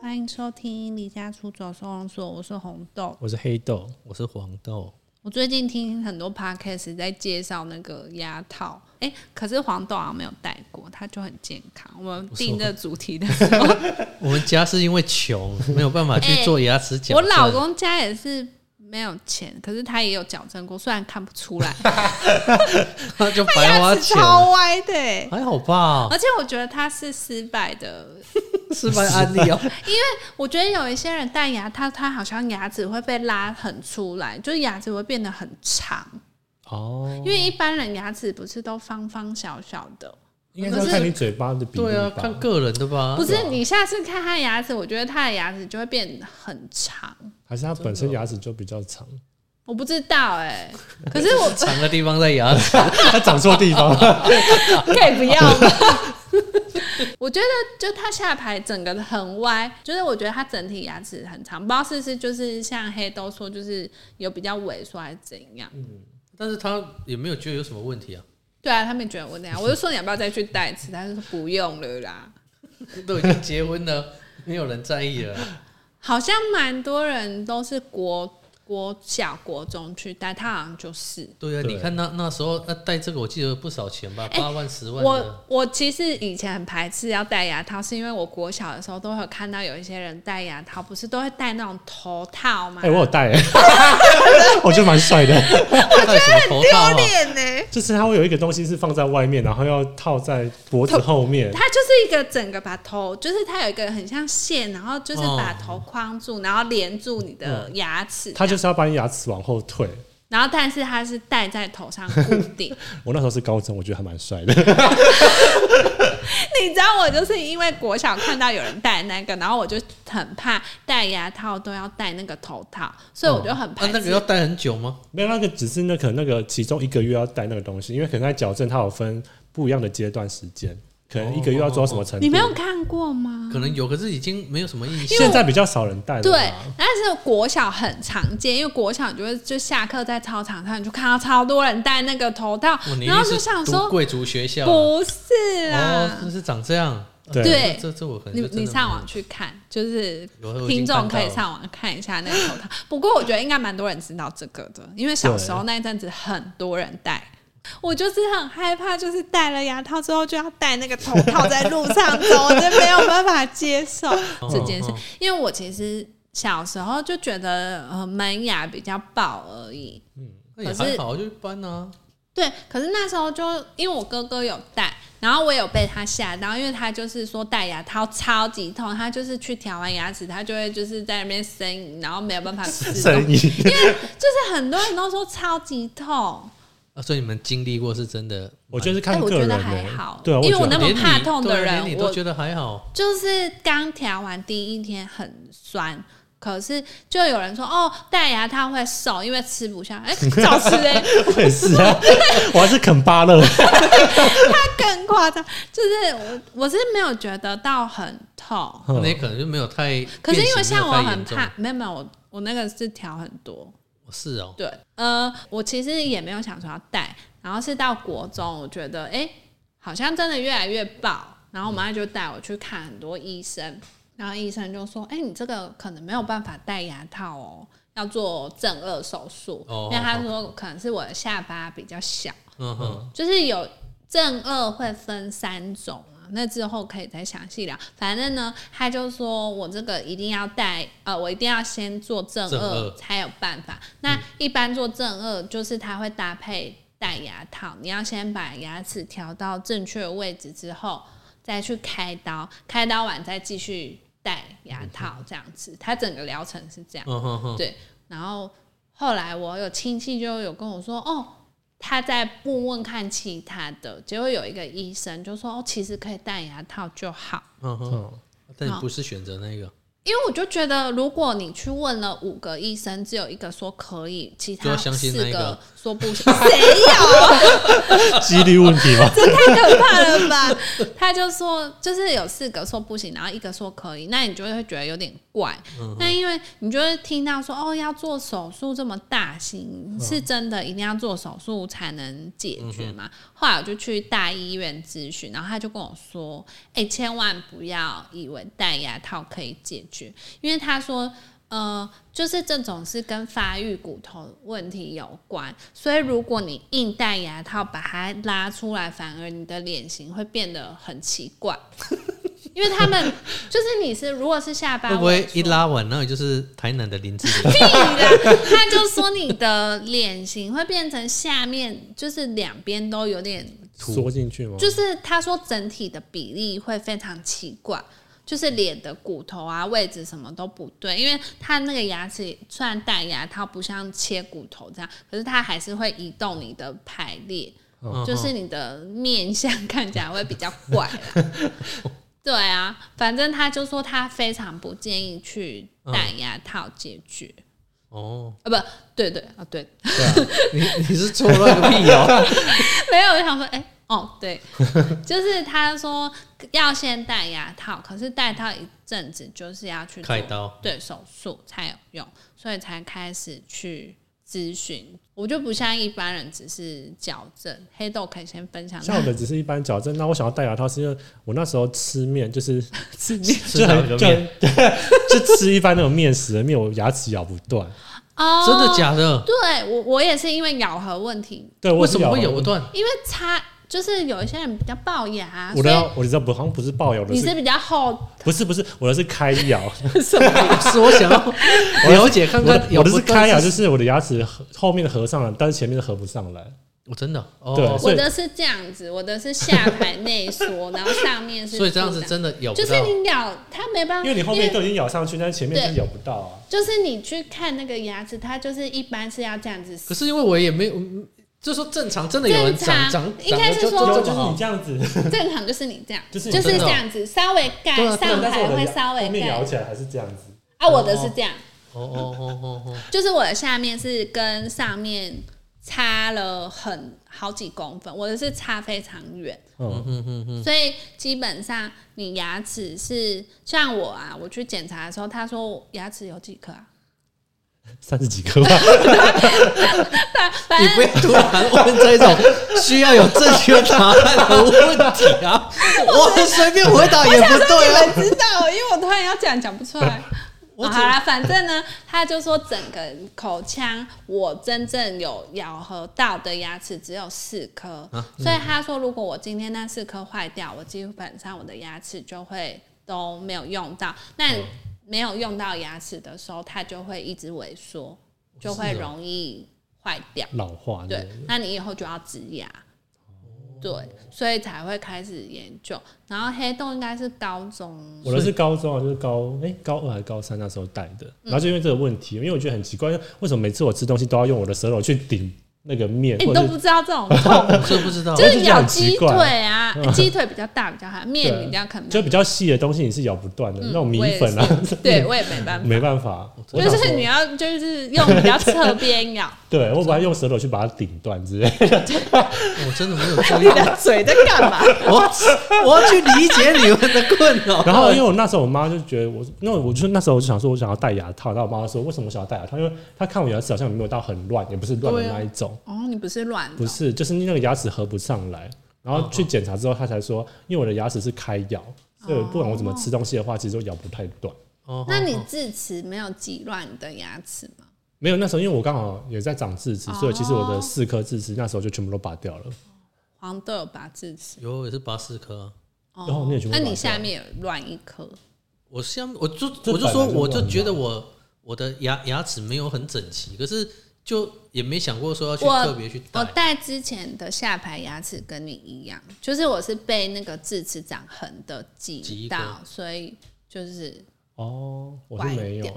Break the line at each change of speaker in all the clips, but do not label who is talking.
欢迎收听《离家出走收容所》，我是红豆。
我是黑豆，我是黄豆。
我最近听很多 podcast 在介绍那个牙套，哎、可是黄豆好像没有戴过，它就很健康。我们
不是
定
我
这主题的时候，
我们家是因为穷， 没有办法去做牙齿矫
哎我
正。
老公家也是没有钱，可是他也有矫正过，虽然看不出 来，
他 就白花
是
哎钱，
超歪的、欸。
还好 吧？
而且我觉得他是失败的，
失败案 例哦。
我觉得有一些人戴牙套，他好像牙齿会被拉很出来，就是牙齿会变得很长。
哦，
因为一般人牙齿不是都方方小小的，
应该是要看你嘴巴的比例
对啊，
吧。
看个人的吧
不。是？你下次看他牙齿，我觉得他的牙齿就会变很长，
还是它本身牙齿就比较长，
我不知道哎、可是我
长的地方在牙 齿，
它长错地方。
可以不要吗？ 我觉得就他下排整个很歪，就是我觉得他整体牙齿很长，不知道是不是就是像黑豆说，就是有比较萎缩还是怎样。
但是他也没有觉得有什么问题啊，
对啊，他们觉得我那样，我就说你要不要再去戴一次，他就说不用了啦。
都已经结婚了，没有人在意了啊。
好像蛮多人都是国国小、国中去戴，他好像就是。
对啊，
对
你看那那时候那戴这个，我记得不少钱吧，
哎
八万、十万的。
我我其实以前很排斥要戴牙套，是因为我国小的时候都会有看到有一些人戴牙套，不是都会戴那种头套吗？
哎、我有戴、 欸，我觉得蛮帅的。
我觉得很丢
丢脸呢！
就是它会有一个东西是放在外面，然后要套在脖子后面。
它就是一个整个把头，就是它有一个很像线，然后就是
哦
把头框住，然后连住你的
嗯
牙齿。
它就是要把你牙齿往后退。
然后但是它是戴在头上固定。
我那时候是高中，我觉得还蛮帅的。
你知道我就是因为国小看到有人戴那个，然后我就很怕戴牙套都要戴那个头套，所以我就很
啊
排，
那个
斥。
要戴很久吗？
没有那个，只是那可能那个其中一个月要戴那个东西，因为可能在矫正它有分不一样的阶段时间，可能一个月要做到什么程度。
你没有看过吗？
可能有，可是已经没有什么印象。
现在比较少人戴了
对
吧。，
但是国小很常见，因为国小你就会就下课在操场上，你就看到超多人戴那个头套
哇你，一
然后
定
就是想
读
说
贵族学校啊
不是
哦，
啦，
就是长这样。
对
啊对
这这这我可能
你
就真的
你
没
上网去看，就是
有我已
听
经看
众
到
可以
了
上网看一下那个头套。不过我觉得应该蛮多人知道这个的，因为小时候那一阵子很多人戴。我就是很害怕，就是戴了牙套之后就要戴那个头套在路上走，我真没有办法接受这件事
哦哦。
因为我其实小时候就觉得呃门牙比较爆而已，
那也
可是
还好，就一般啊。
对，可是那时候就因为我哥哥有戴，然后我有被他吓到，因为他就是说戴牙套超级痛，他就是去调完牙齿，他就会就是在那边呻吟，然后没有办法吃
声
就
音，
是很多人都说超级痛，
啊，所以你们经历过是真的蛮，
我觉得是
哎、
看
我
个
觉
人、
得
欸。
还好，
对啊，
因为
觉
我
得
那么
连你
怕痛的
对啊
人，
连你
我
都觉得还好。
就是刚调完第一天很酸，可是就有人说哦戴牙套会瘦，因为吃不下，哎、照吃哎、
我也是 啊，我还是啃芭乐。
更夸张，就是我我是没有觉得到很痛。
嗯
那也可能就没有太，
可是因为
变形
像
没
我
有太
很
严重
怕，，没有没有，我我那个是调很多。
是哦，
对，呃，我其实也没有想说要戴，然后是到国中，我觉得哎、诶好像真的越来越爆，然后我妈就带我去看很多医生，然后医生就说，哎、你这个可能没有办法戴牙套哦，要做正颚手术，
哦
因为他说可能是我的下巴比较小，
嗯哼，
就是有正二会分三种啊，那之后可以再详细聊。反正呢，他就说我这个一定要带，呃，我一定要先做正
正
二嗯
二
才有办法。那一般做正二就是他会搭配戴牙套，你要先把牙齿调到正确的位置之后，再去开刀，开刀完再继续戴牙套，这样子，它整个疗程是这样。
嗯哼哼，
对，然后后来我有亲戚就有跟我说，哦，他在问问看其他的，结果有一个医生就说，哦，其实可以戴牙套就好。
嗯哼，
嗯
但你
好
不是选择那个，
因为我就觉得，如果你去问了五个医生，只有一个说可以，其
就
他
要相信
四
那一个
说不行，谁有？
几率问 题吗？
这太可怕了吧！他就说，就是有四个说不行，然后一个说可以，那你就会觉得有点怪。那因为你就会听到说，哦，要做手术这么大型，是真的一定要做手术才能解决嘛？后来我就去大医院咨询，然后他就跟我说，哎、千万不要以为戴牙套可以解去，因为他说。呃，就是这种是跟发育骨头问题有关，所以如果你硬戴牙套把它拉出来，反而你的脸型会变得很奇怪， 因为他们就是你是如果是下巴
会
萎缩，
不会一拉完，那个就是台南的林志 玲？
屁的，他就说你的脸型会变成下面就是两边都有点，
缩进去吗？
就是他说整体的比例会非常奇怪。就是脸的骨头啊位置什么都不对，因为他那个牙齿虽然戴牙套不像切骨头这样，可是它还是会移动你的排列，
嗯
就是你的面相看起来会比较怪啦。对啊，反正他就说他非常不建议去戴牙套解决。
哦，
啊，不对对啊，对，
你你是错乱个屁哦！
没有，我想说，哎、哦，对， 就是他说要先戴牙套，可是戴套一阵子就是要去做
开刀
对手术才有用，所以才开始去咨询。我就不像一般人只是矫正，黑豆可以先分享
像我们只是一般矫正，那我想要戴牙套是因为我那时候吃面就是
自己
吃到一个
就
面，
很就吃一般那种面食的面，我牙齿咬不断。
哦，
真的假的？
对我我也是因为咬合问题，
对，我
为什么会
咬
咬不？断？
因为擦就是有一些人比较龅牙，所
我的
以
我的不好像不是龅牙，我的
你
是
是比较厚，
不是不是我的是开咬，
什么？
是 我想要了解看
我的
看
我
咬
的
不
是开咬，
断，
就是是我的牙齿合后面的合上了，但是前面的合不上来。
我真的
对
哦，
所
我
以
的是这样子，我的是下排内 缩，然后上面是
所以这样
凸
是
的
真的咬不
就是
到。
你咬它没办法，
因为你后面都已经咬上去，但是前面就是咬不到啊。
就是你去看那个牙齿，它就是一般是要这样子
可是因为我也没有，嗯就说正常，真的有人
正
长
常
长，
应该
长
是
得就
说
就
有
这
就
么
是
好
你这样子，
正常，就是你这样，
就是你
就
真
是这
的哦
样子，稍微盖
对啊对啊
上
但是
排
我的
会
牙
稍微
后面咬
盖
起来还是这样子。
啊，我的是这样，
哦哦哦哦哦，
就是我的下面是跟上面差了很好几公分，我的是差非常远。
嗯，
嗯嗯嗯，
所以基本上你牙齿是像我啊，我去检查的时候，他说我牙齿有几颗啊？
三十几颗吧。
反
你
正
不要突然问这种需要有正确答案的问题 啊！我随便回答也不对啊。
知道，因为我突然要讲讲不出来。
我
哦
只
好啦，反正呢，他就说整个口腔我真正有咬合到的牙齿只有四颗，
啊
所以他说如果我今天那四颗坏掉，我基本上我的牙齿就会都没有用到。那
哦
你没有用到牙齿的时候，它就会一直萎缩，就会
是哦
容易坏掉。
老化
对，那你以后就要植牙，对，所以才会开始研究。然后黑洞应该是高中，
我的是高中啊，就是高哎、高二还是高三那时候戴的，
嗯
然后就因为这个问题，因为我觉得很奇怪，为什么每次我吃东西都要用我的舌头去顶那个面，
哎、你
或
都
者是
不知道这 种痛，
我真不知道
就
我
是
就觉得
咬
很奇
鸡
怪
腿 啊，鸡腿比较大比较好，面比较可能，
就比较细的东西你是咬不断的，那种米
嗯我也
粉啊，
是对我也没办
没
法。
办法，我
就
想
是
说
你要就是用比较侧边 咬，
对我把它用舌头去把它顶断之类 的，
我真的没有注
你
意到，
的嘴在干 嘛？
我我要去理解你们的困扰。哦
然后因为我那时候我妈就觉得我，因为我就那时候我就想说我想要戴牙套，然后我妈说为什么我想要戴牙套，因为她看我牙齿好像没有到很乱，也不是乱的
对啊
那一种。
哦，你不是乱的哦，
不是，就是那个牙齿合不上来，然
嗯
后去检查之后，他才说，因为我的牙齿是开咬，
哦
所以不管我怎么吃东西的话，其实都咬不太断。
哦
那你智齿没有挤乱你的牙齿吗？
没有，那时候因为我刚好也在长智齿，所以其实我
哦
的四颗智齿那时候就全部都拔掉了。
黄豆有拔智齿，
有我也是拔四颗啊。
然后
哦
你也全，部
那
拔
你
掉
下面有乱一颗，
我像我就
这
我就说，
本来就
我就
乱
觉得
嘛
我我的牙牙齿没有很整齐，可是就也没想过说要去
我
特别去
我戴
戴。
之前的下排牙齿跟你一样，就是我是被那个智齿长痕的
挤
挤
一
到
个，
所以就是
哦，我是没有、
坏
欸，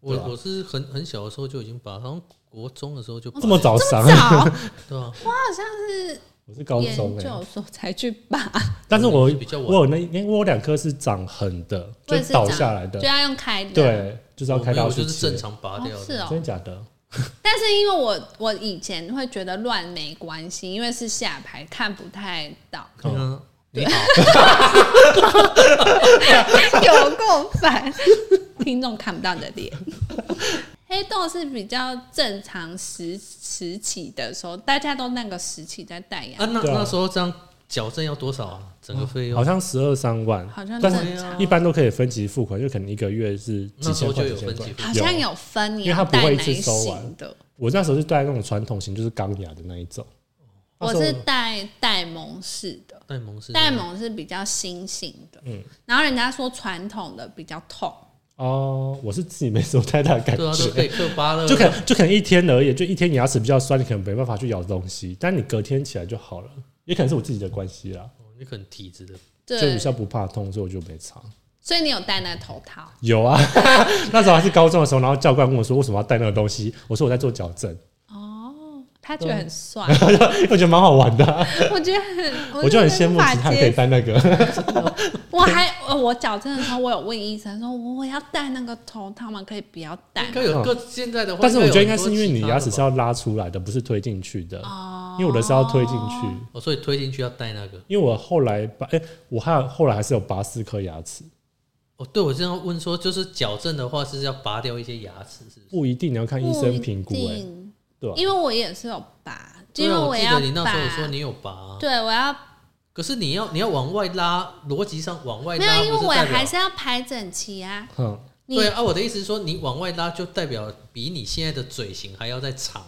我
对啊
我是很很小的时候就已经拔，好像国中的时候就拔
这么早
这
伤
么，早，
对啊，
我是高
研
中哎、
究所才去 拔，
但是我
你是比较晚
我有那因为我有两颗是长痕的，
我
就
也是
倒
长啊
下来的
就，要用开的。，
对，就是要
我
开
没有
刀
我
去
就是
切
正。常拔掉
哦，是
的。
哦
真。的假的？
但是因为我我以前会觉得乱没关系，因为是下排看不太 到，
哦
嗯，你 好，
有够烦， 听众看不到你的脸。黑洞是比较正常时时期的时候，大家都那个时期在戴牙
啊，那
对啊嗯
那时候这样矫正要多少啊？整个费用
好，像十二三万，
好像
但
正
是
常
一，般都可以分期付款，就可能一个月是几
那时
千
候
块、
就有
几千
分
块
期。付。
好像有分你
因为
要
它不
带
会一
哪
次
一
收完
型的。
我那时候是带那种传统型，就是钢牙的那一种。
我
那
是
时候
戴戴蒙式的，
戴蒙是
戴蒙是比较新型的，
嗯
然后人家说传统的比较痛，
哦，我是自己没什么太大的感
对啊，都
觉。
可以刻疤了，
就可能就可能一天而已，就一天你牙齿比较酸，你可能没办法去咬东西，但你隔天起来就好了，也可能是我自己的关系啦，
哦你可能体质的
就比
对，
较不怕痛，所以我就没擦。
所以你有戴那头套，
有啊，那时候还是高中的时候，然后教官问我说为什么要带那个东西，我说我在做矫正，
他觉得很帅，
我觉得蛮好玩的啊、
我觉得很，
我就很羡慕
无法
其他人可以
接
带那个。
我还呃我矫正的时候，我有问医生说，我要戴那个头套吗？可以不要戴
应
吗
该有各现在的话，
嗯但是我觉得应该
有很
是
多
因为你
其他的
牙齿是
吧
要拉出来的，不是推进去的，
哦
因为我的是要推进去。
哦，所以推进去要戴那个。
因为我后来拔，哎、我还有后来还是有拔四颗牙齿，
哦，对，我这样问说，就是矫正的话是要拔掉一些牙齿，是不是？
不一定你要看医生评估、
不一
哎，
定
对啊
因为我也是有拔，
对
因为
啊我记
要
得你那时候有说
拔，
你有拔啊，
对我要
可是你要你要往外拉，逻辑上往外
没
拉，
有，因为
不
我
代表
还是要排整齐啊。
哼，
你
对啊，我的意思是说，你往外拉就代表比你现在的嘴型还要再长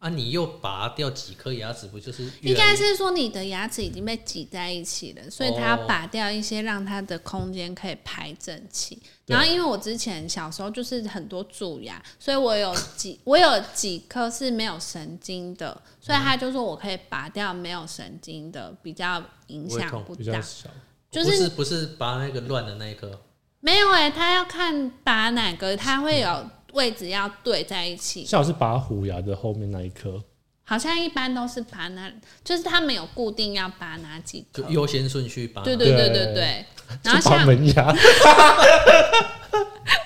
啊！你又拔掉几颗牙齿，不就是越
应
来
该
越
是说你的牙齿已经被挤在一起了，所以它要拔掉一些，让它的空间可以排整齐。
对
然后，因为我之前小时候就是很多蛀牙，所以我有几 我有几颗是没有神经的，所以他就说我可以拔掉没有神经的，比较影响
不会痛
不
比较
大。
小，
就
不
是
是不是拔那个乱的那一颗？
没有哎、他要看拔哪个，他会有位置要对在一起。
像我是拔虎牙的后面那一颗，
好像一般都是拔哪，就是他没有固定要拔哪几颗
就。优先顺序拔。啊
对对对
对
对对。 然后
就拔
像
门牙，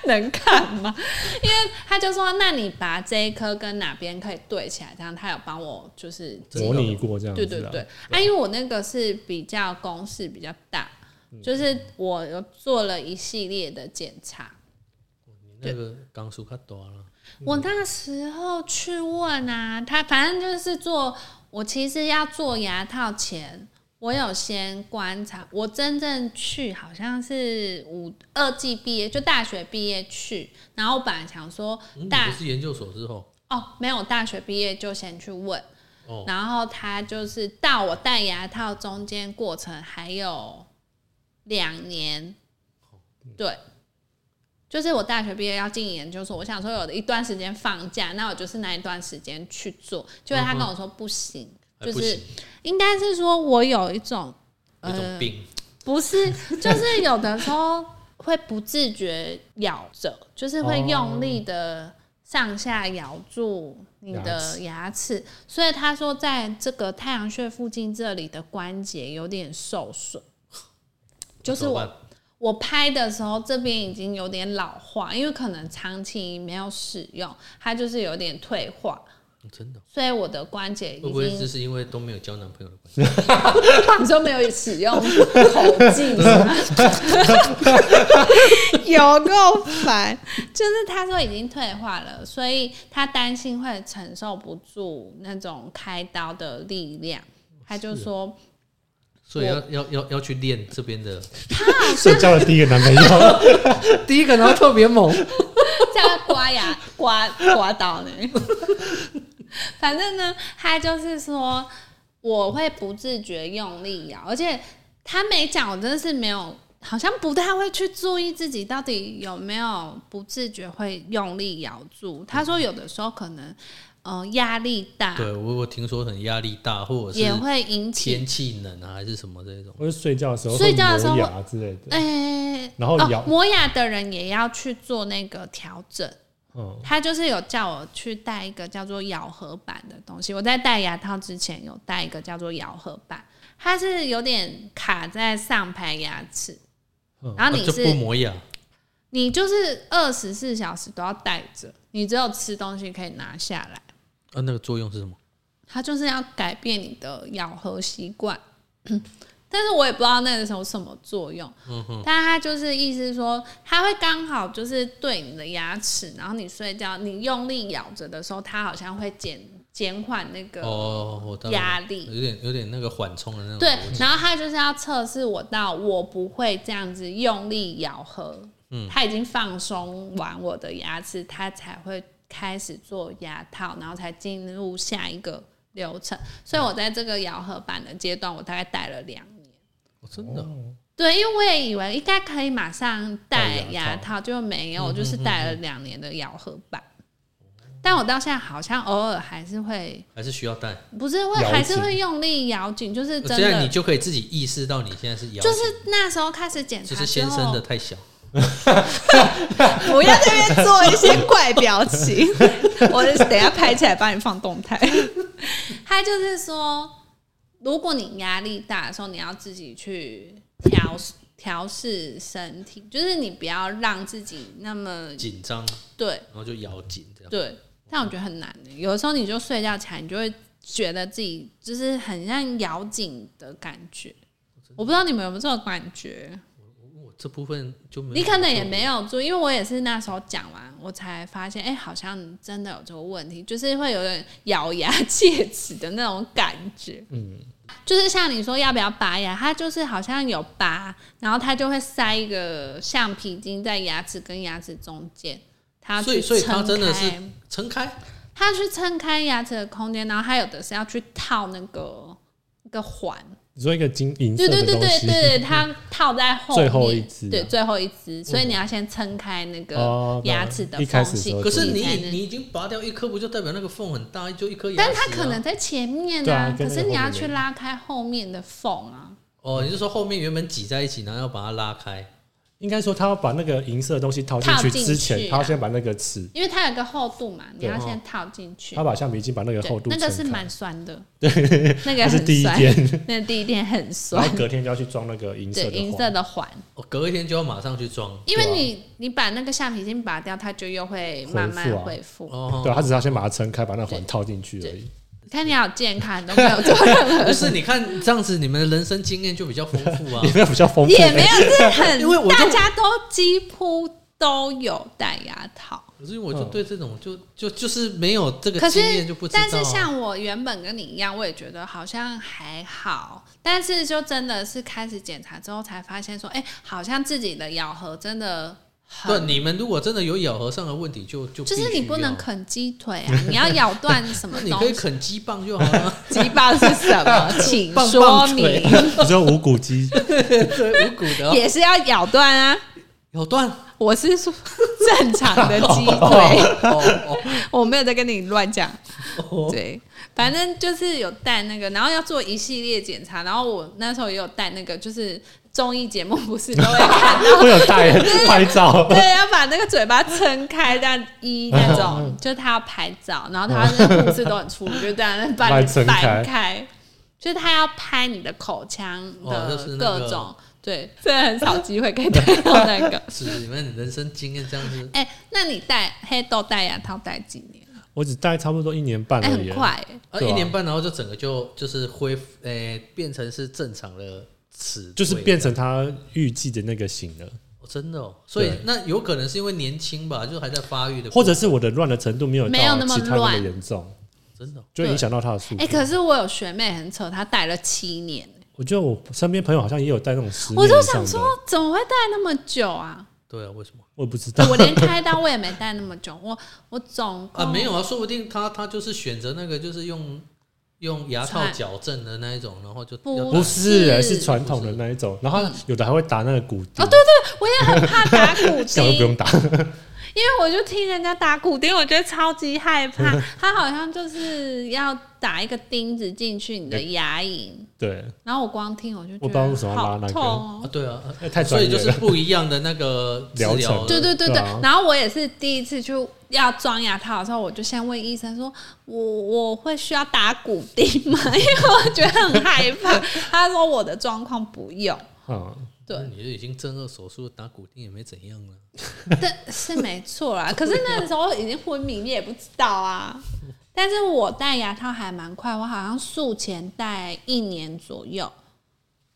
能看吗？ 因为他就说，那你拔这一颗跟哪边可以对起来，这样他有帮我就是记
模拟过这样子
对
啊，
对对，啊，因为我那个是比较公式比较大，就是我有做了一系列的检查。
你那个钢梳卡多了，
我那时候去问啊，他反正就是做，我其实要做牙套前，我有先观察，我真正去好像是五二季毕业，就大学毕业去，然后我本来想说
嗯你
大、
不是研究所之后
哦没有大学毕业就先去问，
哦，
然后他就是到我戴牙套中间过程还有两年，
嗯
对，就是我大学毕业要进研究所，我想说有一段时间放假，那我就是那一段时间去做。结果他跟我说不行，
嗯还
就
不
是
行
应该是说我有一种
有种病，
不是，就是有的时候会不自觉咬着，就是会用力的上下咬住你的牙齿，所以他说在这个太阳穴附近这里的关节有点受损，就是
怎么
我
办
我拍的时候，这边已经有点老化，因为可能长期没有使用，它就是有点退化，
嗯真的哦
所以我的关节已
会不会
经
就是因为都没有交男朋友的关系？
你说没有使用口技是吗？ 有够烦，就是他说已经退化了，所以他担心会承受不住那种开刀的力量，他就说
所以要要要要去练这边的
所以交了第一个男朋友，
第一个，然后特别猛，
这样刮 牙刮刮到呢。反正呢，他就是说我会不自觉用力咬，而且他没讲，我真的是没有，好像不太会去注意自己到底有没有不自觉会用力咬住。他说有的时候可能，呃，压力大
对我我听说很压力大，或者
也
是
会引起
天，气冷啊，还是什么这种。
我就睡觉的时候
睡觉的时候
会磨牙之类的，
哎、
然后咬
哦、磨牙的人也要去做那个调整。
嗯，
他就是有叫我去带一个叫做咬合板的东西。我在戴牙套之前有带一个叫做咬合板，它是有点卡在上排牙齿，
嗯
然后你
啊、这不
是
磨牙，
你就是二十四小时都要戴着，你只有吃东西可以拿下来。
啊，那个作用是什么？
它就是要改变你的咬合习惯。 但是我也不知道那个时候什么作用，
嗯哼，
但它就是意思说，它会刚好就是对你的牙齿，然后你睡觉，你用力咬着的时候，它好像会减减缓那个
哦，我当然
呃压力。
有点有点那个缓冲
嗯
的那种。
对，然后他就是要测试我到我不会这样子用力咬合，
嗯
他已经放松完我的牙齿，他才会开始做牙套，然后才进入下一个流程。所以我在这个咬合板的阶段，我大概戴了两年。
哦真的哦，
对，因为我也以为应该可以马上戴
戴牙
牙套，就没
嗯
有，我就是戴了两年的咬合板。但我到现在好像偶尔还是会，
还是需要戴。
不是会
咬
还是
紧呃
会用力咬紧，就是真
这样
的
你就可以自己意识到你现在是摇，
就是那时候开始检
就
查
是
之
先
后，
生的太小。
不要这边做一些怪表情， 我等一下拍起来帮你放动 态。他就是说，如果你压力大的时候，你要自己去调调试身体，就是你不要让自己那么
紧张，
对
然后就咬紧这样。
对。但我觉得很难的，有的时候你就睡觉起来，你就会觉得自己就是很像咬紧的感觉。我不知道你们有没有这种感觉？
我哦这部分就没有，
你可能也没有注意，因为我也是那时候讲完，我才发现，哎、好像真的有这个问题，就是会有点咬牙 切齿的那种感觉。嗯，就是像你说要不要拔牙，它就是好像有拔，然后它就会塞一个橡皮筋在牙齿跟牙齿中间，它要
所以
去
所以它
撑
真的是
开
撑开，
它去撑开牙齿的空间，然后它有的是要去套那个一个环。
你说一个金银色
对对
的
对
东
对
西，
对，它套在后
最
面
后一只啊嗯
对最后一只，所以你要先撑开那个
哦
牙齿的
一
缝
开始的时
隙
候。
可是你
才能
你已经拔掉一颗，不就代表那个缝很大，就一颗牙齿啊。
但它可能在前面
对啊
可
跟那个
是你
后
要
面
去拉开后面的缝啊。
哦，你是说后面原本挤在一起，然后要把它拉开？
应该说他要把那个银色的东西套进
套
去
进
之
去
前，
啊
他要先把那个齿，
因为它有个厚度嘛，你
对
要
哦
先套进去
他。把橡皮筋把那个
对
厚度
那个是
撑开
蛮酸 的，那个
那是
很
第一
酸
天，
那第一天很
然
酸
后，隔天就要去装那个银色
对
的
银
花
色的环，
我哦隔一天就要马上去装。
因为
对啊
你你把那个橡皮筋拔掉，它就又会慢慢
恢复啊
恢复。
哦，
对，他只是要先把它撑开，把那环套进去而已。
你看你好健康，都没有做任
啊
何
不是，你看这样子，你们的人生经验就比较丰富 啊
你。那比较丰富、
也没有，是很，
因为我就
大家都几乎都有戴牙套。
可是我就对这种就就就是没有这个
可是
经验就不知道啊。
但是像我原本跟你一样，我也觉得好像还好，但是就真的是开始检查之后才发现说，哎、好像自己的咬合真的
对啊
很，
你们如果真的有咬合上的问题，就就
就是
必须
你不能
要，
啃鸡腿啊，你要咬断什么
那 你
东
可以
西？
啃鸡棒就好啊 了，
鸡棒是什 么？请
棒
说
棒
明
腿，
你说哎无骨鸡，
对，无骨的
啊
哦
也是要咬断啊。
咬 断。
我是说正常的鸡 腿，
哦
我没有在跟你乱讲。
哦，
对，反正就是有带那个，然后要做一系列检查，然后我那时候也有带那个，就是综艺节目不是都会看 到。
我有带拍照，
对，要把那个嘴巴撑开，这样一那
嗯
种，就是他要拍照，然后他那护士都很粗鲁，就这样 把
把
你
你撑
掰
开
开，就是他要拍你的口腔
哦
的
就是那
各
个
种，对，真的很少机会可以带到那个。
是你们人生经验这样子，
哎、那你戴黑豆戴牙套戴几 年？
我只带差不多一年半
哎、
而
很
已。
快、哎
啊，
对啊
一年半，然后就整个就就是恢复，诶、变成是正常的齿，
就是变成他预计的那个型了，
哦真的哦。所以
对
那有可能是因为年轻吧，就还在发育的部分，
或者是我的乱的程度没有
没有
到
那么
其他
乱
人的严重，
真的哦、
就影响到他的速度
哎、。可是我有学妹很扯，她戴了七年。
我觉得我身边朋友好像也有带那种十年
我
以上的，
就想说，怎么会戴那么久啊？
对啊，为什么
我也不知道，
我连开刀我也没戴那么久，我我总
啊？
共
没有啊，说不定他他就是选择那个就是用用牙套
传
矫正的那一种，然后就
不
要
不是、哎，
是
是传统的那一种，然后有的还会打那个骨钉，
哦，对对，我也很怕打骨
想
钉
都，不用打，
因为我就听人家打骨钉，我觉得超级害 怕。他好像就是要打一个钉子进去你的牙龈，
对，
然后我光听我就
哎
觉
我不知道
得
为什么要
好
拉那个
痛哦
啊，对啊，啊
那太
所
专
以就
业
是
了。
不一样的那个 治
疗
疗
程
对对对对
对啊，
然后我也是第一次去要装牙套的时候，我就先问医生说：“我我会需要打骨钉吗？” 因为我觉得很害怕。他说我的状况不用，
嗯，
对
那，你就已经正颌手术打骨钉也没怎样了。
但是没错啦。可是那时候已经昏迷，你也不知道啊。但是我戴牙套还蛮快，我好像术前戴一年左右，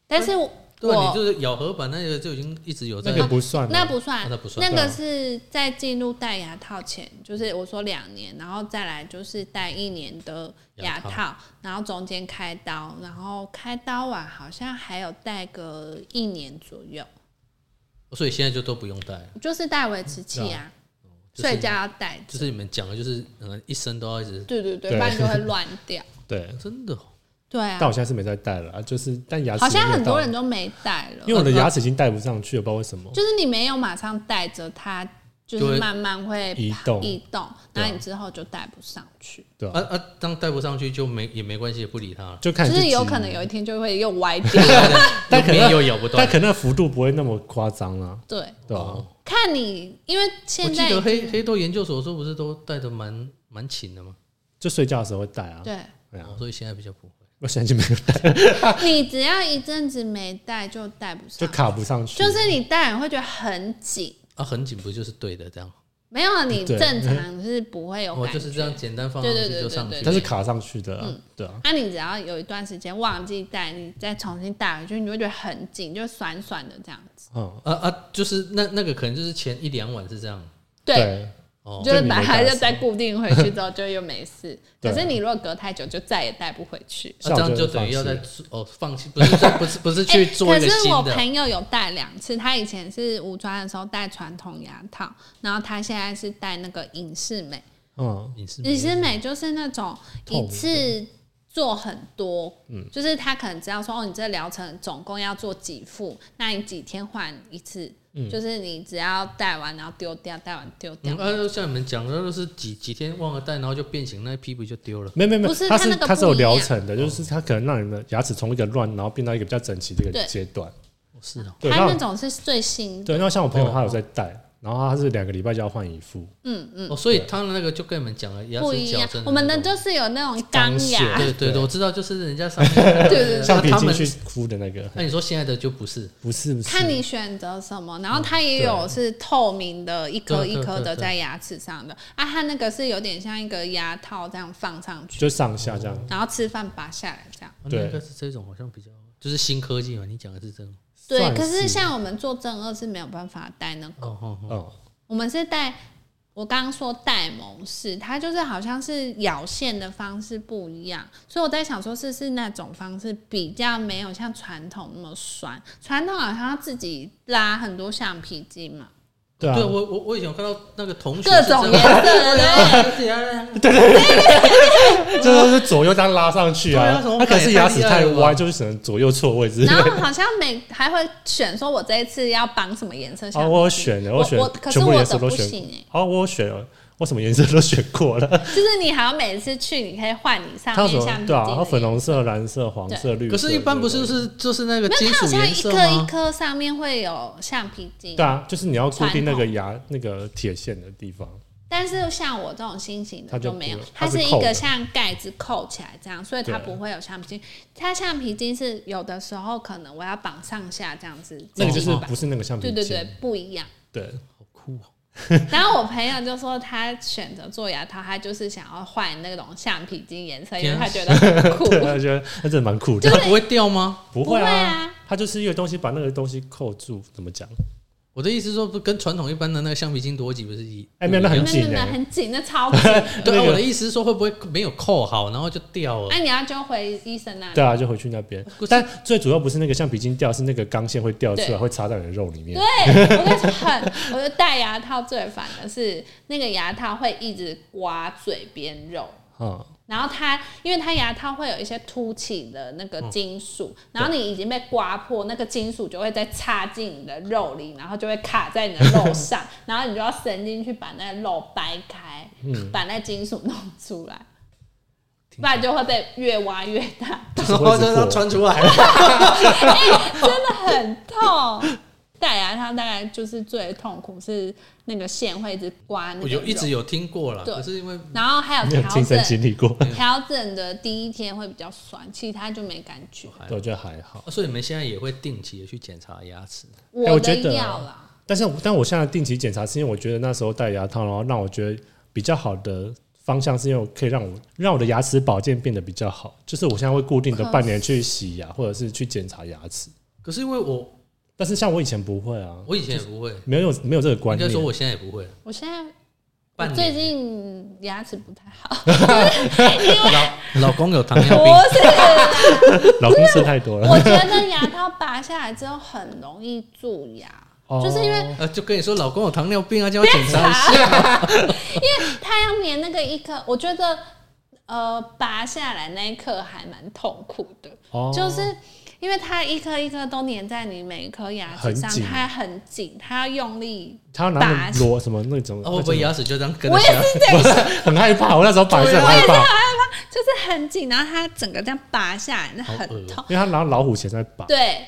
但是我
对啊，
我
你就是咬合板那个就已经一直有在
那。个不算啊，
那不算，
啊那不算
个是在进入戴牙套前，就是我说两年，然后再来就是戴一年的牙套，
牙
然后中间开刀，然后开刀完好像还有戴个一年左右，
所以现在就都不用戴了，
就是戴维持器啊，
就是
睡觉要戴着，
就是你们讲的，就是嗯，一生都要一直
对对对，
对
不然就会乱掉。
对。
啊
真的哦
对啊
但，我现在是没在戴了啊，就是但牙齿
好像
也没有
很多
到
人，都没戴了，
因为我的牙齿已经戴不上去了，不知道为什么。
就是你没有马上戴着它，就
就会
是慢慢会
移动
移动，
对
那
啊
你之后就戴不上去。
对
啊
啊，
啊，当戴不上去就没也没关系，不理他了。
就看
就
自
是
己
有可能有一天就会又歪掉。
但可能
又咬不
但
断。
可能幅度不会那么夸张啊，
对，
对吧、
哦
看你，因为
我
现
记
在
得
已
黑
经
黑豆研究所说不是都戴的蛮蛮勤的吗？哦
就睡觉的时候会戴啊。
对，
对啊，
所以现在比较不会。
我现在就没有戴，
你只要一阵子没戴就戴不
就
上，
卡不上去。
就是你戴了会觉得很紧。
啊，很紧不就是对的这样？
没有啊，你
对
正常是不会有
我
感觉。
哦就是这样简单放上
对对
去
对
就
对
上
对
去
它。是卡上去的啊、
嗯
对啊。
那、你只要有一段时间忘记戴，你再重新戴回去，你就会觉得很紧，就酸酸的这样子。
嗯，
啊啊，就是那那个可能就是前一两晚是这样。啊
对，
哦
就是
就你
把
没
它
戴
就再固定回去之后，就又没事。
对
可是你如果隔太久，就再也戴不回去。
那、这样就等于要
啊
在哦放弃，不是说 不是不是去
欸
做一个
可是
新
我
的，
朋友有戴两次，他以前是武装的时候戴传统牙套，然后他现在是戴那个隐适美。
嗯，
你是
隐适美就是那种一次做很多，
嗯
就是他可能知道说哦，你这疗程总共要做几副，那你几天换一次，就是你只要戴完然后丢掉，戴完丢掉
嗯，。啊，就像你们讲的，都是几几天忘了带，然后就变形，那批不就丢了？
没有没有没有，
不是
它
它
是
那个
它是
不
有
一样
疗程的，
哦
就是它可能让你的牙齿从一个乱，然后变到一个比较整齐的一个
对
阶段。
哦是哦，
对，
他那
那
种是最新的，
对，那像我朋友
哦
他有在戴，然后他是两个礼拜就要换一副。
嗯嗯，
哦，所以他的那个就跟你们讲了牙
不
齿
一
矫
样
正。
我们的
那种
就是有那种钢牙，
对
对
对对，我知道，就是人家上 面那个
对对对
橡皮
那他
筋
们
去敷的那个，
那你说现在的就不是，嗯
不是不是，
看你选择什么，然后它也有是透明的，一颗
对
一
对
颗
对
的
对
在牙齿上的啊，它那个是有点像一个牙套这样放上去，
就上下这样，
然后吃饭拔下来这样。
啊
对
那个是这种好像比较就是新科技嘛，你讲的是这种。
对，
算
可是像我们做正二是没有办法戴那个，
哦哦哦，
嗯，
我们是戴我刚刚说戴蒙氏，它就是好像是咬线的方式不一样，所以我在想说是是那种方式比较没有像传统那么酸，传统好像要自己拉很多橡皮筋嘛，
对啊
对，我我我以前有看到那个同学
各
是这样
种颜色的。对
对啊
这是左右这样拉上去
对
啊
啊怎么，
他可能是牙齿太
摆太厉害了吧
歪，就是只能左右错位置。
然 后好像每还会选说，我这一次要绑什么颜色下去。
啊，我有选的，
我
选
我可是
全部
我
颜色
的
都
不
选
行
过
哎、
啊，我有选了，我什么颜色都选过了。
就是你好像每次去，你可以换你上
它有
面
什
橡
么？
皮
对啊，
筋
它
的
粉红色、蓝色、黄色、绿色。
可是，一般不是
对
就
对
是就是那个
没
金
有，它
属
好像
颜
一
色
颗一
吗？
颗上面会有橡皮筋。
对啊，就是你要固定那
传
个牙那个铁线的地方。
但是像我这种新型的
它就
就
不
没有
了，它
它
是
是一
扣
个
的
像盖子扣起来这样，所以它
对啊
不会有橡皮筋。它橡皮筋是有的时候可能我要绑上下这样子，
那个
自
就
己
是
绑
不是那个橡皮
对
筋？
对对，不一样。
对
好酷哦！
然后我朋友就说，他选择做牙套，他就是想要换那种橡皮筋颜色，因为他觉得很酷。
对，我觉得那真的蛮酷的。
它不会掉吗？
不
会
会
啊
啊，它就是一个东西把那个东西扣住，怎么讲？
我的意思是说，不跟传统一般的那个橡皮筋逻辑不是一？
哎没有那
那
啊
很
那
紧
那
欸
很紧，那超紧的。
对啊，
那个哎
我的意思是说，会不会没有扣好，然后就掉了
那？你要就回医生那里。
对啊，就回去那边
可是。
但最主要不是那个橡皮筋掉，是那个钢线会掉出
对
来，会插到你的肉里面
对，。啊我跟你说很，我就戴牙套最烦的是那个牙套会一直刮嘴边肉，
嗯，
然后它因为它牙套会有一些凸起的那
嗯
个金属，然后你已经被刮破，那个金属就会再插进你的肉里，然后就会卡在你的肉 上，然后你就要伸进去把那个肉掰开，
嗯
把那金属弄出来，不然就会被越挖越大，
然
哦
后就让它穿出来。
真的很痛。 戴牙套大概就是最痛苦是那个线会一直刮那
我
个
有
肉，
一直有听过啦，
对
可是因为哦
然后还有
没有
啊调
亲身
整
经历过，
调整的第一天会比较酸，其他就没感觉。
对我觉得还好。
所以你们现在也会定期的去检查牙齿。
哎
我的
我觉得
药啦，
但是，但我现在定期检查，是因为我觉得那时候戴牙套，然后让我觉得比较好的方向，是因为我可以让我让我的牙齿保健变得比较好。就是我现在会固定的
可
半年去洗牙，或者是去检查牙齿。
可是因为我
但是像我以前不会啊，
我以前也不会，
没有没有这个观
应该
念。
说我现在也不会。
我现在
半
我最
年
近牙齿不太好，
老老公有糖尿
不
病，
是，
老公吃 太多了，
我觉得牙套拔下来之后很容易蛀牙，
哦
就是因 为
呃，就跟你说老公有糖尿病啊，叫我检查一 下。
它要粘那个一颗，我觉得呃拔下来那一刻还蛮痛苦的，
哦
就是。因为它一颗一颗都粘在你每一颗牙齿上
很，紧
它很紧，它要用力。
他拿那种螺什么那种，
啊，会不会牙齿就这样跟着
我也
下来？
是这样，
很害怕，我那时候摆是很害怕，
就是很紧，然后它整个这样拔下来，那很
好恶
痛。
因为他拿老虎钳在绑，
对，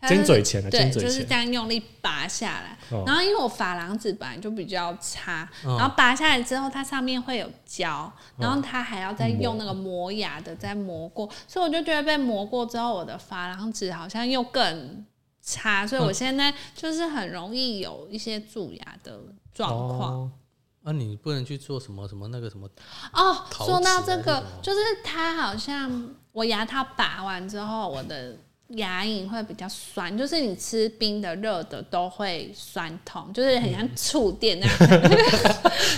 它就是
尖嘴钳啊
对，
尖嘴
就是
钳
这样用力拔下来。
哦
然后因为我珐琅质本来就比较差，
嗯
然后拔下来之后，它上面会有
哦
胶，然后它还要再用那个磨牙的再磨过，所以我就觉得被磨过之后，我的珐琅质好像又更差，所以我
嗯
现在就是很容易有一些蛀牙的状况。
哦，
啊，你不能去做什么什么那个什么
哦，
陶
说到
瓷啊
这个
那种哦，
就是它好像我牙套拔完之后，我的牙龈会比较酸，就是你吃冰的、热的都会酸痛，就是很像触电那样，嗯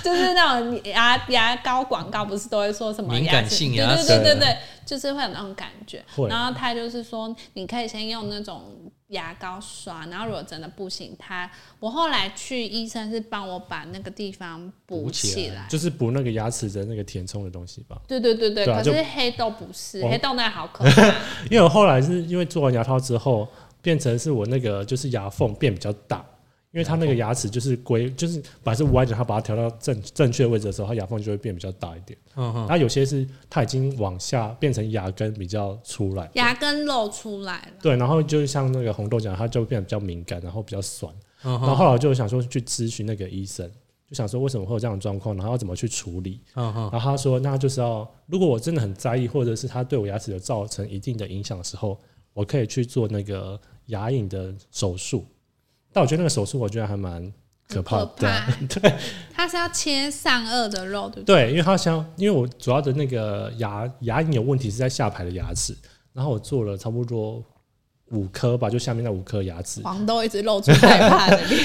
就是那种牙牙膏广告不是都会说什么
敏
牙
感
齿
性
对
牙
对
齿
对对对，就是会有那种感觉
会。
然后他就是说，你可以先用那种牙膏刷，然后如果真的不行，他我后来去医生是帮我把那个地方补
补起
起
来
来。
就是补那个牙齿的那个填充的东西吧。
对对对对，
对啊
可
就是
黑豆不是，
我
黑豆那好可怕。
因为我后来是因为做完牙套之后，变成是我那个就是牙缝变比较大，因为它那个牙齿就是规，就是本来是歪着，它把它调到正正确的位置的时候，它牙缝就会变比较大一点。
嗯哼，
它有些是它已经往下变成牙根比较出来，
牙根露出来了，
对，然后就是像那个红豆讲，它就变得比较敏感，然后比较酸。
嗯
然后
哼，
后来我就想说去咨询那个医生，就想说为什么会有这样的状况，然后要怎么去处理。
嗯哼，
然后他说，那就是要如果我真的很在意，或者是他对我牙齿有造成一定的影响的时候，我可以去做那个牙龈的手术。但我觉得那个手术，我觉得还蛮可怕
很
的。 对啊
对，它是要切上颚的肉，对不对？
对，因为他想，因为我主要的那个牙牙龈有问题是在下排的牙齿，然后我做了差不多五颗吧，就下面那五颗牙齿。
黄豆一直露出害怕的 脸，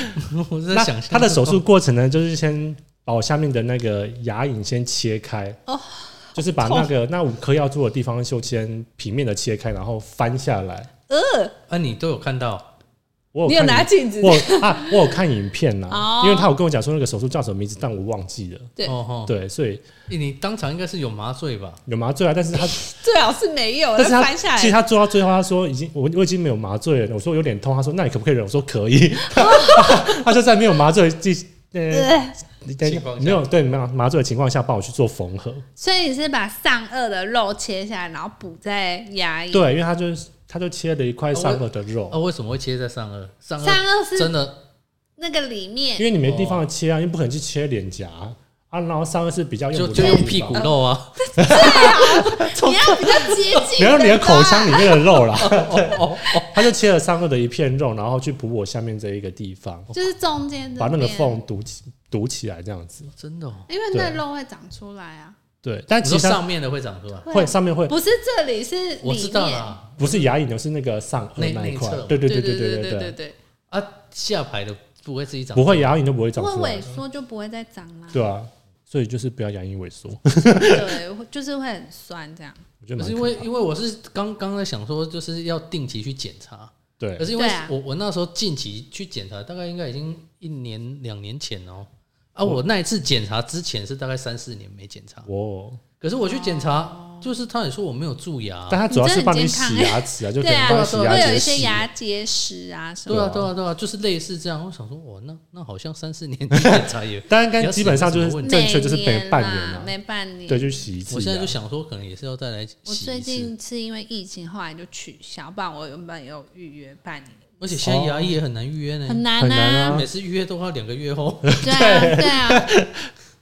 我是
那
在想象
他的手术过程呢，就是先把我下面的那个牙龈先切开，
哦
就是把那个那五颗要做的地方就先平面的切开，然后翻下来。
呃，
啊，你都有看到，
我
你
有
有
看
拿
影
镜子？
我啊，我有看影片啦，
哦
因为他有跟我讲说那个手术叫什么名字，但我忘记了。
对
哦吼，
对，所以
欸你当场应该是有麻醉吧？
有麻醉啊，但是他
最好是没有，
但是他
哎翻下
其实
来。
他做到最后，他说已经我我已经没有麻醉了，我说有点痛，他说那你可不可以忍？我说可以， 他就在没有麻醉的地呃
哦呃，
情况下
没有对没有麻醉的情况下帮我去做缝合，
所以你是把上颚的肉切下来，然后补在牙龈。
对，因为他就是他就切了一
哦
块上颚的肉
啊，，为什么会切在上颚？上
上
颚
颚是
真的
那个里
啊因
面，
为你没地
哦
方切啊，因为不可能去切脸颊啊，然后上颚是比较用
就
不
就
到
用
的
屁
地
哦
股
方，
肉啊？
你要比较接 近。啊
没有你的口腔里面的肉啦，
哦
他就切了上颚的一片肉，然后去补我下面这一个地方，
就是中间的
把那个
边，
缝堵起堵起来这样子。
真的哦，
因为那
对
肉会长出来啊。
对，但
你
其
说
实它
上面的会长出来，
会上面会
不是这里，是
我知道
里面
啦，
不是牙龈的，是那个上颚
内
那一块
内侧。
对对
对
对
对
对
对对
对，
对，
啊，下排的不会自己长，
不会，牙龈都不会长
会
出来
萎，缩就不会再长啦。
对啊，所以就是不要牙龈萎缩，
对，会就是会很酸这样。
我觉得
可
蛮
是
可
因为因为我是刚刚在想说，就是要定期去检查，
对
可，是因为
对啊
我我那时候近期去检查，大概应该已经一年两年前哦。啊，我那一次检查之前是大概三四年没检查，
哦，
可是我去检查，
哦
就是他也说我没有蛀牙啊，
但它主要是帮你
你真的很
洗
健
牙齿啊，就可
对
能
啊，
帮你洗
会有
牙
一
齿
些
洗。，
牙结石啊什
对
么。
啊，对啊，对啊，就是类似这样。我想说，我那那好像三四年前检查也
当然，应该基本上就
有什么
是
问
正确，就是
每
每半年
啦
啊，
每半年。
对，去洗 一次牙。啊
我现在就想说，可能也是要再来洗
我
一
最
次。
近是因为疫情，后来就取消，不然我原本也有预约半年，
而且现在牙医也很难预约
很
呢，
难
嗯很难
啊
啊。
每次预约都要两个月后。
对啊，对 啊，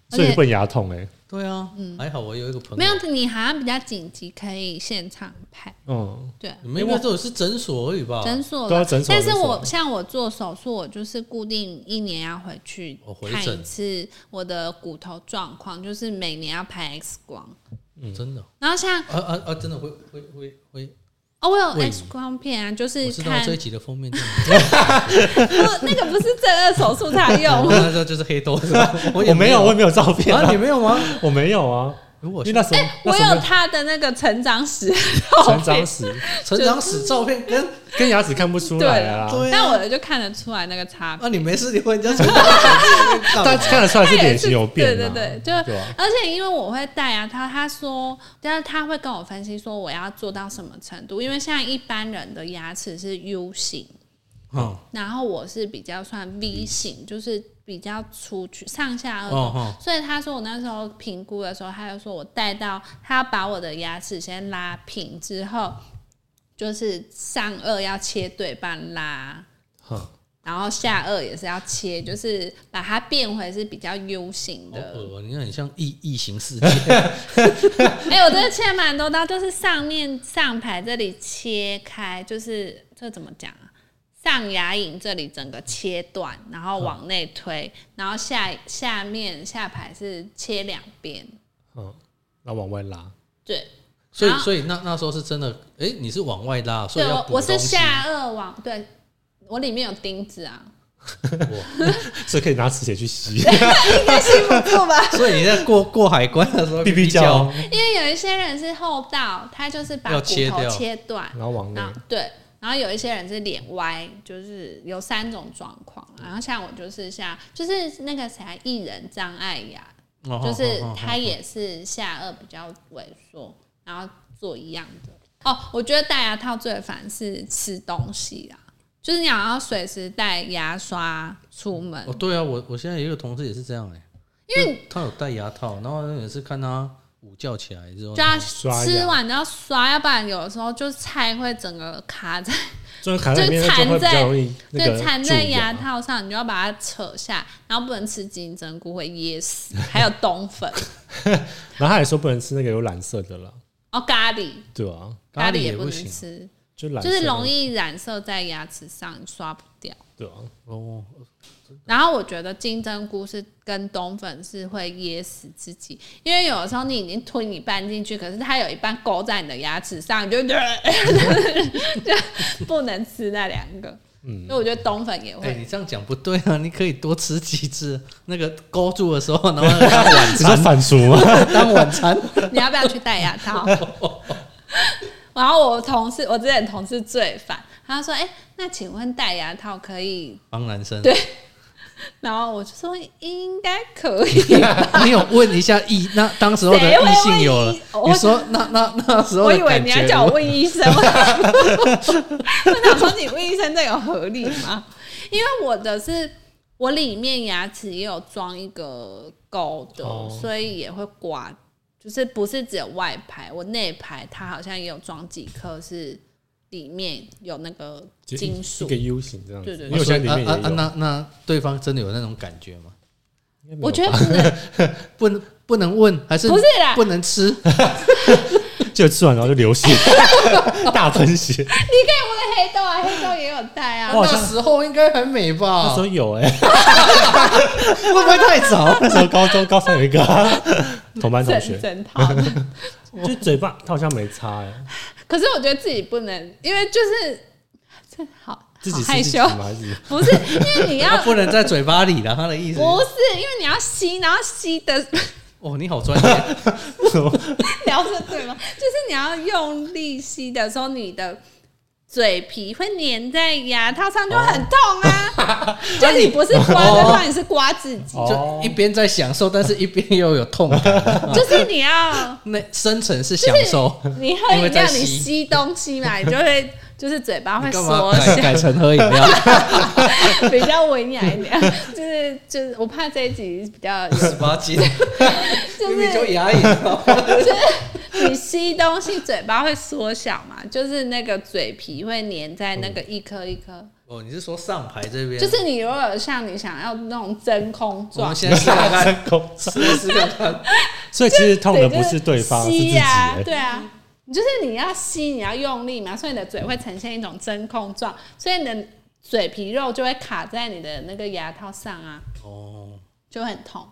所以不能牙痛哎，
对啊，还好我有一个朋友，
嗯没有，你好像比较紧急，可以现场拍。
嗯，
对啊，
你们应该都是诊所而已吧？
诊所
都要
啦
诊所
但是
诊所
我像我做手术，我就是固定一年要回去
哦回
看一
诊
次我的骨头状况，就是每年要拍 X 光。
嗯真的
然后像
啊啊啊！真的会会会会
哦，我有
喂
X 光片啊，就是
我知道
看
这一集的封面电影，
不那个不是正颌手术才 用，
那时候就是黑豆，是 吧我也
我没有，我也没有照片、
啊，
啊
你，没有吗？
我没有啊，
如
因
果
为
是
那时候、
哎我
那时候
有
没
他的那个成长史，
有成长史，
成长史照片 跟
跟牙齿看不出来啊，
对
但
啊，
我的就看得出来那个差别。
啊，你没事你问人 家成长史照
但
片
看得出来是
他也
脸
是
型有变、啊，
对对对，就、
对啊
而且因为我会带啊，他他说，但是他会跟我分析说我要做到什么程度，因为像一般人的牙齿是 U 型，
干嘛？
然后我是比较算 V 型，就是比较出去上下颚
嗯哦
的
哦，
所以他说我那时候评估的时候，他就说我带到他要把我的牙齿先拉平之后，就是上颚要切对半拉，
哼
然后下颚也是要切，就是把它变回是比较 U 型
好
的。
恶哦，你看很像异异形世 界，
哎、我真的切蛮多刀，就是上面上排这里切开，就是这怎么讲啊？上牙龈这里整个切断，然后往内推，然后下下面下排是切两边，
嗯，那往外拉，
对。
所以
好
所以那那时候是真的，哎，你是往外拉，所
啊对，
以要
我
补
我是
东西
下颚网，对我里面有钉子啊，
哇
是可以拿磁铁去 吸，
应该吸不住吧？
所以你在过过海关的时候
哔哔
叫
叫
哦，，
因为有一些人是后道，他就是把
要
骨
切
头
掉
切断，
然后往内
然，后对，然后有一些人是脸歪，就是有三种状况。啊然后像我就是像就是那个谁啊，艺人张爱雅，
哦
就是
哦哦
他也是下颚比较萎缩，然后做一样的。哦，我觉得戴牙套最烦是吃东西啊，就是你好像要随时带牙刷出门
哦，，对啊，我我现在有一个同事也是这样哎、
因为
就他有戴牙套，然后也是看他午觉起来之后，
就要
刷
吃
牙
完都要刷，要不然有的时候就菜会整个卡在，
就是卡在里面
就是
就会
缠
比
在
较容易那
对，
个啊
缠
蛀
在牙套上，你就要把它扯下，然后不能吃金针菇会噎死，还有冬粉
然后他也说不能吃那个有染色的了，
哦，咖喱
对吧？
咖
喱
也
不
能
行
吃，
就染
就是
色的
容易染色在牙齿上，刷不掉。
对啊，
哦，
然后我觉得金针菇是跟冬粉是会噎死自己，因为有的时候你已经吞一半进去，可是它有一半勾在你的牙齿上，你就觉得 就不能吃那两个。嗯，所以我觉得冬粉也会。
哎、你这样讲不对啊，你可以多吃几次，那个勾住的时候，然后 当晚
只是反刍吗？
当晚餐，
你要不要去戴牙套？ 然后我同事，我之前同事最烦，他说：“哎、那请问戴牙套可以
帮男生。
对？”啊然后我就说：“应该可以吧。
啊你有问一下异那当时候的
谁会
异性友了
问异？我
你说那那那时”候
我
的
以为
感
你
觉
要
如
叫我
何
问医 生， 我我想说你问医生这有合理吗？因为我的是我里面牙齿也有装一个钩的，
哦
所以也会刮，就是不是只有外排，我内排它好像也有装几颗是里面有那个
就一
金属
一个。U 型这样子，
对对对
因为我现在里面
啊啊啊
也有，
那那对方真的有那种感觉吗？
应该没有
我觉得不能，
不 能不能问，还是
不是啦
不能吃？
就吃完然后就 流血，大喷
我
血。
的黑豆啊，黑豆也有带啊。
我好像
那时候应该很美
那
吧
时？候有 哎、
会不会太早？
那时候高中高三有一 个啊、同班同
整
学，
整套的，
就嘴巴他好像没擦哎、
可是我觉得自己不能，因为就是这好
自
好
己
害
吃自己
羞，
吗？还是
不是因为你 要
他啊不能在嘴巴里了，他的意思是。
不是，因为你要吸，然后吸的
哦，你好专业，
聊着对吗？就是你要用力吸的时候，你的嘴皮会粘在牙套上，就很痛啊。 就你不是刮对方，你是刮自己，
哦
就一边在享受，但是一边又有痛感。
就是你要
那深层是享受，
你喝
因为
饮
在
料，
吸
你吸东西嘛，你就会就是嘴巴会
你干嘛
缩
改
小，
改成喝饮料？
比较文雅一点。 就是就是，我怕这一集比较
十八斤，
就
明明就是牙龈。
你吸东西，嘴巴会缩小嘛，就是那个嘴皮会粘在那个一颗一颗。
嗯
哦，你是说上排这边？
就是你如果有像你想要那种真空
我
状
们，现在试 看看，
真空擦
试试看看。
所以其实痛的
就
不是对方，是自己、
吸啊，
欸。
对啊，就是你要吸，你要用力嘛，所以你的嘴会呈现一种真空状，所以你的嘴皮肉就会卡在你的那个牙套上啊，
哦，
就会很痛。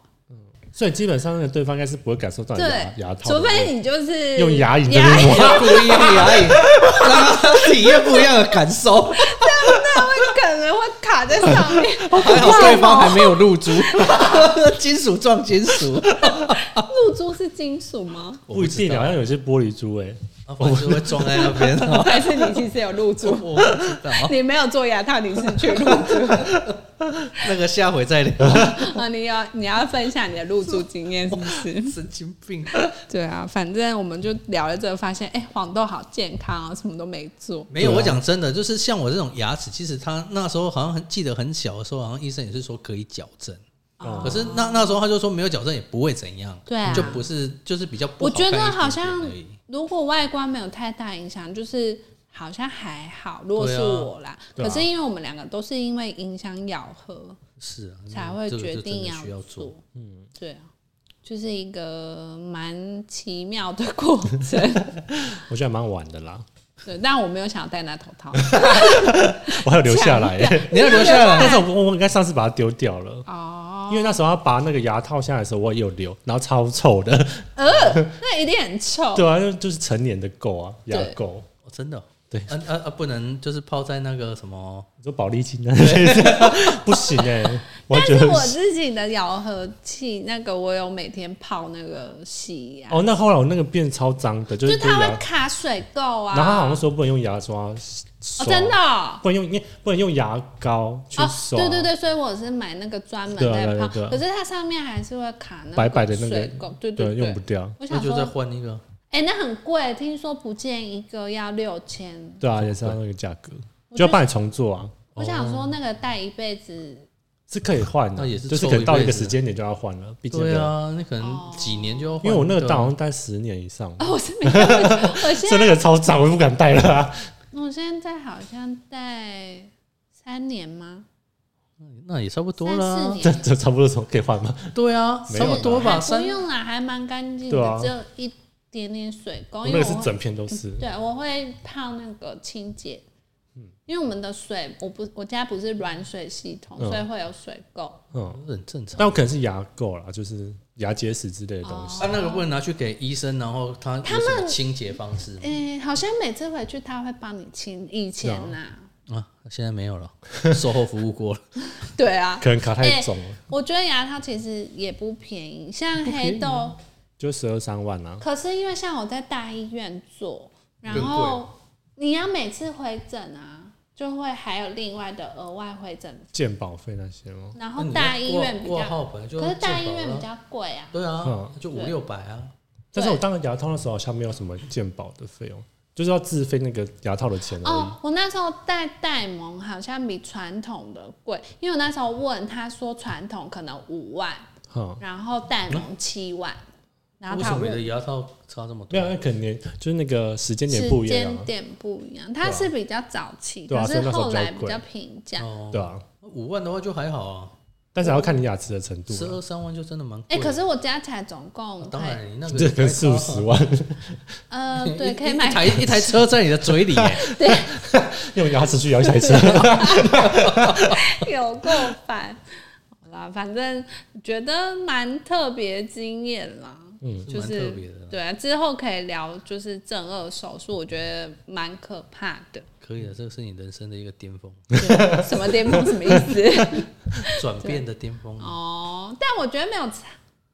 所以基本上那个对方应该是不会感受到你的
对
牙牙，套的，
除非你就是
用牙龈在
牙
那边
龈
磨，
故意而已，让他体验不一样的感受。
可能会卡在上面，
哦
还好对方还没有露珠， 金属撞金属，
露珠是金属吗？
不一定，好像有些玻璃珠哎、
啊
哦
反正会装
撞在那边。
哦
还是你其实有露珠？
我不知道，
你没有做牙套，你是去露 珠
那个下回再聊。
啊？你要你要分享你的露珠经验是不是？
哦
神经病，
对啊，反正我们就聊了这个，发现哎、黄豆好健康啊，什么都没做。
没有，
对啊
我讲真的，就是像我这种牙齿，其实他那时候好像很记得很小的时候，好像医生也是说可以矫正，
哦
可是那那时候他就说没有矫正也不会怎样，
对啊
就不是就是比较不
我
好看
觉
一点
得
点
好像
而已
如果外观没有太大影响，就是好像还好。如果是
对啊
我啦，
对啊
可是因为我们两个都是因为影响咬合
是啊，
才会
这个就
决
真的
定
需要
做
做。。
嗯，
对啊，就是一个蛮奇妙的过程。
我觉得还蛮晚的啦，
对，但我没有想要戴那头套。
我还有留下来、
强调
欸，
你要留下来，
但是我我应该上次把它丢掉了。
哦，
因为那时候要拔那个牙套下来的时候，我也有留，然后超臭的，
呃那一定很臭。
对啊，就就是成年的垢啊，牙
哦对
垢，
哦真的哦
对
啊啊啊，不能就是泡在那个什么，
你说保利金啊 那些不行哎、我
但
觉
是
得
我自己的咬合器，那个我有每天泡那个洗牙，
哦，那后来我那个变超脏的，就
就是是它
对
会
牙
卡水垢啊。
然后他好像说不能用牙刷刷，
哦，真的哦、
不能用，因为不能用牙膏去
哦，
刷，
对对，对，所以我是买那个专门
对啊
在
对啊
泡，
对啊
可是它上面还是会卡那个
白白的那个
水垢，对
对，
对
用
对
不。掉，
那
我想
就再
说，
换一个。
哎，那很贵，听说不见一个要六千。
对啊，也是要那个价格，
我
就要
就
帮你重做啊，
我想说，那个戴一辈子，
是可以换的，
那也是
就是
臭
可能到
一
一个
辈子
时间点就要换了，毕竟没
对
有，
啊，那可
哦
能几年就要换。
因为我那个
对
大
啊
好像戴十年以上，
哦，我是没看过，我现
所以那个超脏，我就不敢戴了啊，
我现在好像戴三年吗？
那也差不多
三四
啦，
这
年。
这差不多从可以换吗？
对啊，
没
差
有
不多吧，
还
三
不用啦，还蛮干净
对
的，
啊
只有一点点水垢。
我
哦因
那
为我
个是
会
整片都是，
对，我会泡那个清洁，因为我们的水，我不，我家不是软水系统，
嗯
所以会有水垢。
嗯，
哦很正常。
哦
但我可能是牙垢啦，就是牙结石之类的东西，
他啊那个不能拿去给医生，然后他有什么清洁方式吗
诶、好像每次回去他会帮你清，以前呐、
啊？现在没有了，售后服务过了。
对啊，
可能卡太重了，
我觉得牙套其实也不便宜，像黑豆，
就十二三万啊，
可是因为像我在大医院做，然
更贵
后你要每次回诊啊，就会还有另外的额外回诊，
鉴保费那些吗？
然后大医院比
挂
较，
号本来就
可是大医
健保
院
了
比较贵啊。
对啊，
嗯
就五六百啊。
但是
对
我当牙套的时候好像没有什么鉴保的费用，就是要自费那个牙套的钱而已。
哦，我那时候戴戴蒙好像比传统的贵，因为我那时候问他说传统可能五万，
哈、
然后戴蒙七万，然后
为
他
什么你的
问
牙套差这么
没有，
多？
那肯定就是那个时间点
时
不一样
间
啊，
点不一样，他是比较早期，
对啊
可是
所以那时候
后来
比
比
较贵
较平价。
哦，
对啊。
五万的话就还好啊，
但是还要看你牙齿的程度
十
啊，
二三万就真的蛮贵
哎，
的。
可是我加起来总共
当
可以
然，你那个
这可能四五十万，
呃，
一，
对，可以
一
买
一台一台车在你的嘴里耶，
用牙齿去摇一台车，
有够烦。好啦，反正觉得蛮特别经验啦。
嗯
就
蛮
是
特别的啦。
对啊，之后可以聊就是正颚手术，我觉得蛮可怕 的。
可以的，啊这是你人生的一个巅 峰，
对什么巅峰什么意思？
转变的巅峰。
哦，但我觉得没有差，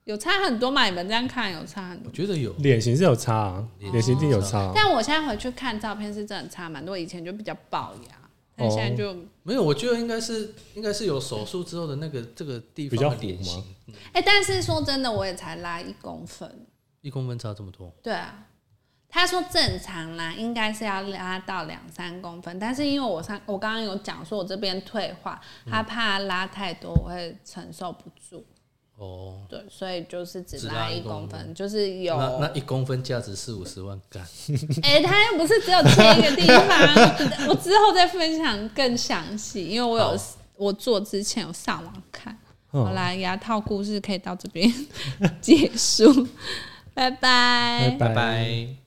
有差很多嘛。你们这样看有差很
我
多，
觉得有，
脸型是有差啊，脸型一定有差啊。
但我现在回去看照片是真的差蛮多。以前就比较龅牙，但现在就
没有？我觉得应该是应该是有手术之后的那个这个地
比较
方的
糊
脸
吗
型，
哎、但是说真的，我也才拉一公分。
一公分差这么多，
对啊，他说正常啦，应该是要拉到两三公分，但是因为我上我刚刚有讲说我这边退化，他怕拉太多我会承受不住，
哦，
对，所以就是只
只
拉
拉
一
一
公
公分
分，就是有
那那一公分价值四五十万，干
哎、他又不是只有这一个地方，啊我之后再分享更详细，因为我有
好
我做之前有上网看。
嗯
好啦，牙套 故事可以到这边结束，拜拜
拜
拜拜。